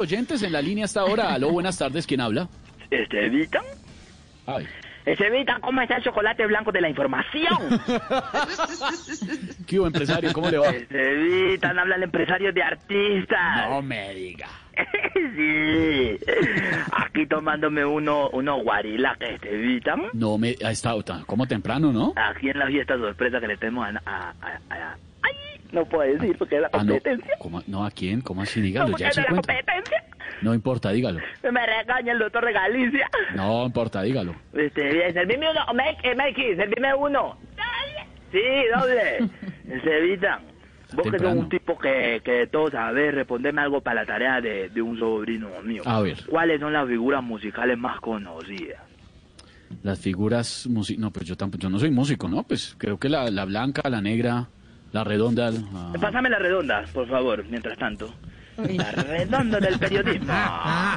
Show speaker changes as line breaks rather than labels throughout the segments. Oyentes en la línea hasta ahora. Aló, buenas tardes. ¿Quién habla?
Estevita.
Ay.
Estevita, Este, ¿cómo está el chocolate blanco de la información?
¿Qué hubo, empresario? ¿Cómo le va?
Este, Estevita, habla el empresario de artistas.
No me diga.
Sí. Aquí tomándome uno, unos guarilaques, Estevita.
No me ha estado tan como temprano, ¿no?
Aquí en la fiesta sorpresa que le tenemos a... a- a- a- ¡Ay! No puedo decir porque es la
Ah, no.
competencia.
¿Cómo- no, ¿a quién? ¿Cómo así? Dígalo,
¿Cómo que
ya
es
se
la E
cuenta.
competencia?
No importa, dígalo.
Me regaña el doctor de Galicia.
No importa, dígalo.
Este, bien, servime uno, Mike, eh, Mikey, servime uno. Sí, doble. Sevita, vos que sos
temprano.
un tipo que, que de todo sabés, respondeme algo para la tarea de, de un sobrino mío.
A ver.
¿Cuáles son las figuras musicales más conocidas?
Las figuras musi- No, pues yo tampoco, yo no soy músico, ¿no? Pues creo que la, la blanca, la negra, la redonda. ah,
Pásame la redonda, por favor, mientras tanto. La redonda del periodismo.
Ah,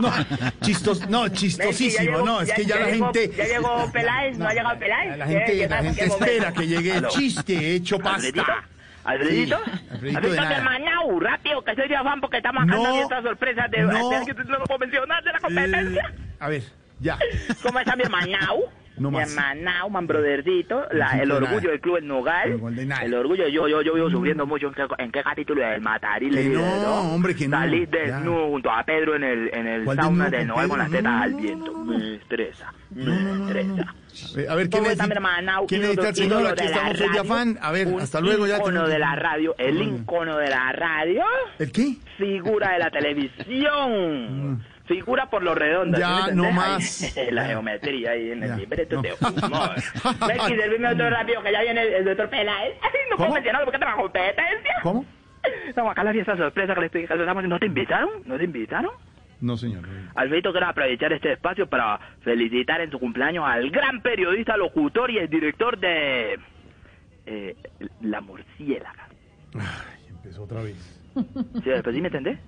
No, chistos, no,
Ven, Ah. ya
chistosísimo,
llegó-
no, es que ya la
llegó-
gente...
Ya llegó Peláez, no, ha llegado Peláez. ¿eh?
La
¿Qué-
gente,
qué
la
tal?
gente
¿Qué momento?
espera que llegue el
Aló.
chiste hecho
¿Alfredito?
pasta.
¿Alfredito?
Sí, Alfredito
Alfredito
de
de
nada.
Mañau, rápido, que soy de afán porque estamos acá
No,
en esta sorpresa de,
no.
de- que no lo puedo mencionar de la competencia.
A ver, ya.
¿Cómo está mi Mañau?
Eh. No
mi
más.
Mañau, man brothercito, la-
siento
el
nada.
orgullo del club en Nogal.
No siento nada.
El orgullo, yo, yo, yo vivo sufriendo mucho en qué, en qué capítulo del Matarile.
Que no,
líder,
hombre, que no,
Salí
ya.
desnudo junto a Pedro en el, en el
¿Cuál
sauna
desnudo
de
con
Nogal con
Pedro?
las tetas
No,
al
no, no,
viento.
no, no.
Me estresa, me estresa.
A ver, A ver, ¿quién
¿Cómo
es,
está mi hermano?
¿quién necesita el señor? Aquí estamos hoy de afán. A ver, hasta luego. ya. Mm.
El ícono
tenemos-
de la radio, el ícono de la radio,
¿El qué?
figura de la televisión. Figura por lo redondo.
Mm. Ya,
¿sí me
no
entendés?
más.
Ahí, la geometría ahí en
Ya,
el libreto
no. Mm.
de humor. Becky, servime otro rápido que ya viene el, el doctor Peláez. Ay, No
¿Cómo?
puedo mencionarlo porque trabajo competencia.
¿Cómo?
Estamos acá en la fiesta sorpresa que le estoy dejando. ¿No te invitaron? ¿No te invitaron?
No, señor.
Alfredito, quiero aprovechar este espacio para felicitar en su cumpleaños al gran periodista, locutor y el director de eh, La Murciélaga.
Ay, empezó otra vez.
¿Sí, pero sí me entendés?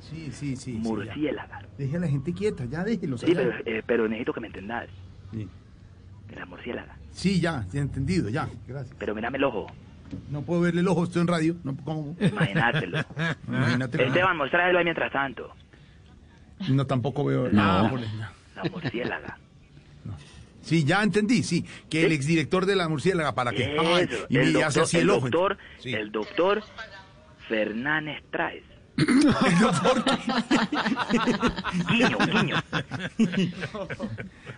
Sí, sí, sí. sí, ya.
Murciélaga.
Deje a la gente quieta, ya déjelos.
Sí, pero,
allá.
eh, pero necesito que me entendáis.
Sí.
De La Murciélaga.
Sí, ya, ya entendido, ya. Gracias.
Pero mirame el ojo.
No puedo verle el ojo, estoy en radio. No, ¿cómo?
Imagínatelo.
Imagínate.
Esteban, mostráelo ahí mientras tanto.
No, tampoco veo.
No.
Ah, por- no.
La Murciélaga.
Sí, ya entendí, sí. Que el exdirector de la murciélaga, para que. Ay,
Eso,
y me
el
hace
doctor,
así
el
el ojo.
doctor,
Sí.
el doctor Fernández Traes.
El doctor que-
Guiño, guiño.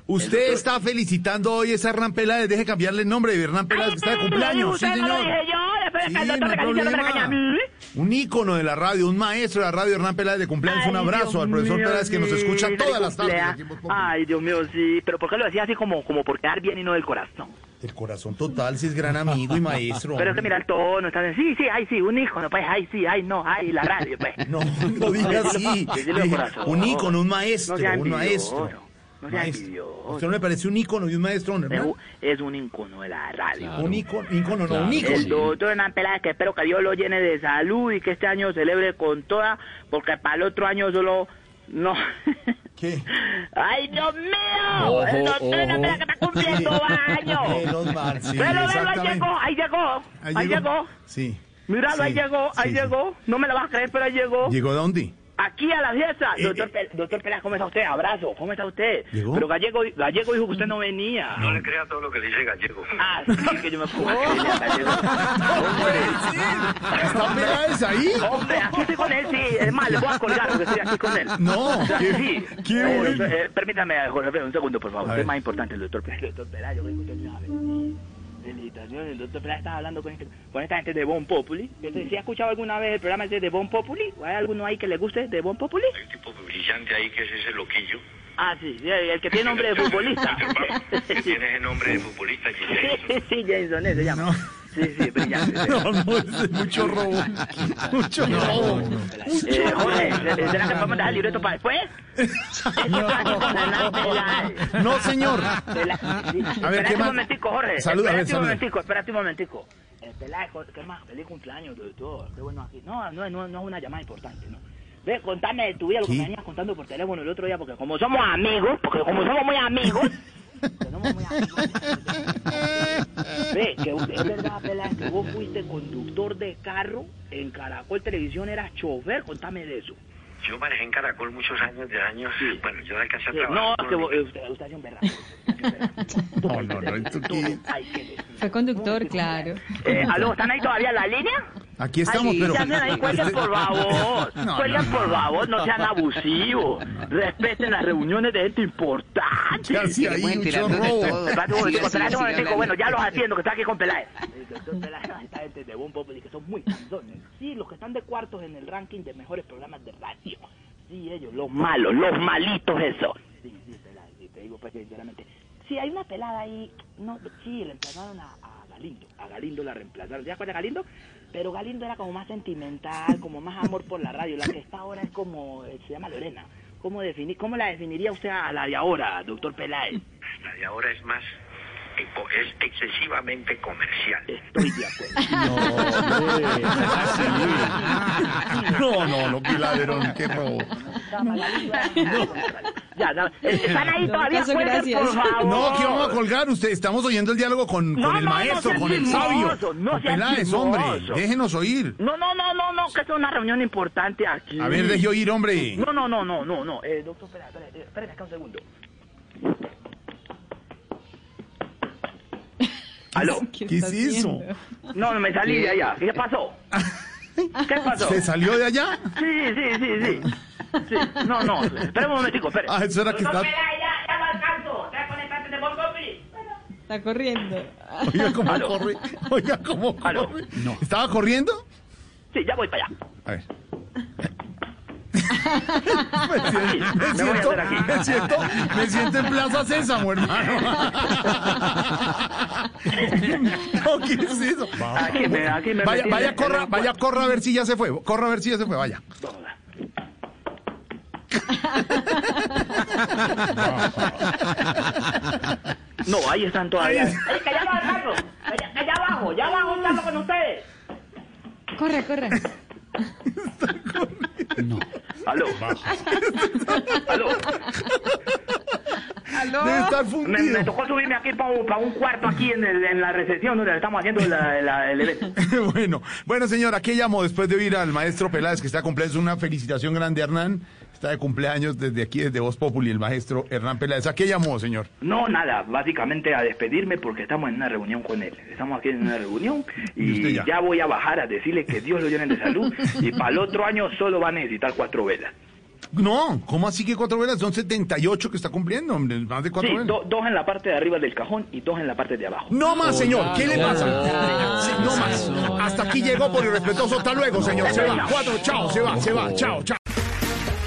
Usted está felicitando hoy a Hernán Peláez. Deje cambiarle el nombre de Hernán Peláez, que está de cumpleaños. Sí,
Usted no lo
señor.
dije yo, después
Sí,
de que el
no
doctor
hay
Galicia no me regaña a
problema.
mí.
Un ícono de la radio, un maestro de la radio, Hernán Peláez de cumpleaños.
Ay,
un abrazo
Dios
al profesor
mío,
Peláez que nos
sí,
escucha
feliz
todas las tardes.
cumplea-
aquí en Voz Populi.
Ay, Dios mío, sí. Pero ¿por qué lo decía así como, como por quedar bien y no del corazón?
El corazón total, si es gran amigo y maestro.
Pero es que mira el tono, está bien. Sí, sí, ay, sí, un hijo, no, pues, ay, sí, ay, no, ay, la radio, pues.
No, no diga así.
Yo sí lo
Dije,
corazón.
Un ícono, un maestro,
No sea
un maestro.
envidioso, No sea
Maestro.
envidioso.
¿Usted no le parece un ícono y un maestro, don
Me
Hernán?
gu- Es un ícono de la radio.
Claro.
Un ícono, ícono no,
Claro.
un ícono.
El doctor Hernán Peláez, que espero que Dios lo llene de salud y que este año celebre con toda, porque para el otro año solo no.
¿Qué?
¡Ay, Dios mío!
Ojo,
el doctor Hernán
ojo.
Peláez que está cumpliendo años.
Menos mal, sí,
Velo, velo, ahí
exactamente.
llegó, ahí llegó, ahí llegó.
Sí.
Míralo,
Sí,
ahí llegó, ahí
sí, sí.
llegó. No me lo vas a creer, pero ahí llegó.
¿Llegó dónde?
Aquí a la fiesta.
Eh,
doctor,
eh.
Pel- doctor Peláez, ¿cómo está usted? Abrazo, ¿cómo está usted?
¿Llegó?
Pero Gallego, Gallego dijo que usted no venía.
No le crea todo lo que le dice Gallego.
Ah, sí, que yo me pongo a creerle a Gallego. Hombre,
¿Está Peláez ahí?
Hombre, aquí estoy con él, sí. Es más, le voy a colgar porque estoy aquí con él.
No, qué-
sí.
qué
Eh,
bueno.
doctor, eh, permítame, Jorge Alfredo, un segundo, por favor.
A
Es
ver.
más importante el doctor Peláez. El doctor Peláez, yo creo que usted no sabe. Felicitaciones, el doctor Peláez estaba hablando con, este- con esta gente de Bon Populi. Entonces, ¿sí ha escuchado alguna vez el programa ese de Bon Populi? ¿O hay alguno ahí que le guste de Bon Populi?
Hay un tipo brillante ahí que es ese loquillo.
Ah, sí, sí, el que tiene nombre de futbolista.
Que tiene ese nombre de futbolista, Giselle.
Sí, sí, Jason, ese se llama.
No.
Sí, sí, brillante. sí.
No, no, es mucho robo. Mucho robo.
Eh, Jorge, ¿será que podemos dejar el libreto para después?
No, señor.
A
Ah, A ver, ¿qué
un
más?
momentico, Jorge.
Saluda, a ver,
espérate un
saluda.
momentico, espérate un momentico. Eh, Peláez, Jorge, ¿qué más? Feliz cumpleaños, doctor. Qué bueno aquí. No, no, no, no es una llamada importante, ¿no? Ve, contame de tu vida, lo que
¿Qué?
me venías contando por teléfono el otro día, porque como somos amigos, porque como somos muy amigos, somos muy amigos. Ve, que es verdad, Peláez, que vos fuiste conductor de carro en Caracol Televisión, eras chofer, contame de eso.
Yo manejé en Caracol muchos años de años.
Sí.
Bueno, yo alcancé a
Sí, No,
trabajar.
es
con-
que vos- eh, usted, usted es un berraco.
No, no, no, ¿esto qué?
Fue conductor, claro.
Eh, aló, ¿están ahí todavía en la línea?
Aquí estamos,
Ay,
pero-
ya hacen ahí, cuelguen por favor.
No, no,
cuelguen
no.
por favor, no sean abusivos. Respeten las reuniones de gente importante.
¿Qué hacía ahí? Mucho robo.
Espérate un momentico, espérate un momentico. Bueno, ya los atiendo, que está aquí con Peláez. El doctor Peláez, esta gente de Bon Populi, que son muy canzones. Sí, los que están de cuartos en el ranking de mejores programas de radio. Sí, ellos, los malos, los malitos eso. Sí, sí, Peláez, sí, te digo pues sinceramente. Sí, hay una pelada ahí, no, sí, le empezaron a, a Galindo. A Galindo la reemplazaron. ¿Te acuerdas de Galindo? Pero Galindo era como más sentimental, como más amor por la radio. La que está ahora es como, eh, se llama Lorena. ¿Cómo, defini- ¿Cómo la definiría usted a la de ahora, doctor Peláez?
La de ahora es más. eh, co- Es excesivamente comercial.
Estoy de acuerdo.
No, no, no, qué ladrón, qué robo.
Ya, ya. Están ahí
No,
todavía,
Picasso,
cuelguen,
gracias.
por favor.
No, que vamos a colgar. Usted, estamos oyendo el diálogo con,
No,
con el
no, no
maestro,
seas
con el sabio.
chismoso, no
Con
seas
Peláez, hombre,
chismoso.
déjenos oír.
No, no, no, no, no, que es una reunión importante aquí.
A ver, deje oír, hombre.
No, no, no, no, no, no. Eh, doctor, espera, espera, eh, espérame acá un segundo. Aló.
¿Qué es eso?
No, no, me salí de allá. ¿Qué pasó? ¿Qué pasó?
¿Se salió de allá?
Sí, sí, sí, sí. Sí, no, no, espera un momentico, espera.
Ah, eso era que está.
ya, ya lo alcanzo. Ya con el parte de Bon Populi.
Está corriendo.
Oiga cómo
Aló.
corre. Oiga cómo
Aló.
corre. ¿Estaba corriendo?
Sí, ya voy para allá.
A ver. Me siento,
me
me,
voy a
siento,
hacer aquí.
me siento, me siento en Plaza Sésamo, hermano. No, ¿qué es eso?
Aquí Ah, me, aquí me
Vaya,
metí en
vaya,
el-
corra, vaya, corra a ver si ya se fue. Corra a ver si ya se fue, vaya.
Vamos a ver. No, ahí están todavía. Oye, que ya lo alcanzo. Que ya- que ya abajo, ya abajo, hablando con ustedes.
Corre, corre.
No.
Aló. Aló.
Debe estar
Me, me
fundido.
tocó subirme aquí para un, pa' un cuarto aquí en, el- en la recepción donde estamos haciendo la- la- el evento.
Bueno, bueno, señor, aquí llamo después de oír al maestro Peláez, que está cumpleaños. Una felicitación grande, Hernán. Está de cumpleaños desde aquí, desde Voz Populi, el maestro Hernán Peláez. ¿A qué llamó, señor?
No, nada, básicamente a despedirme porque estamos en una reunión con él. Estamos aquí en una reunión
¿Y usted
y
ya?
ya? voy a bajar a decirle que Dios lo llene de salud y para el otro año solo va a necesitar cuatro velas.
No, ¿cómo así que cuatro velas? Son 78 que está cumpliendo, hombre, más de cuatro
Sí,
velas.
do- dos en la parte de arriba del cajón y dos en la parte de abajo.
No más, señor. ¿Qué le
no,
pasa?
no,
Sí, No más. Hasta aquí llegó por irrespetuoso. Hasta luego, señor. Se va. Cuatro. Chao. Se va. Se va. Chao. Chao.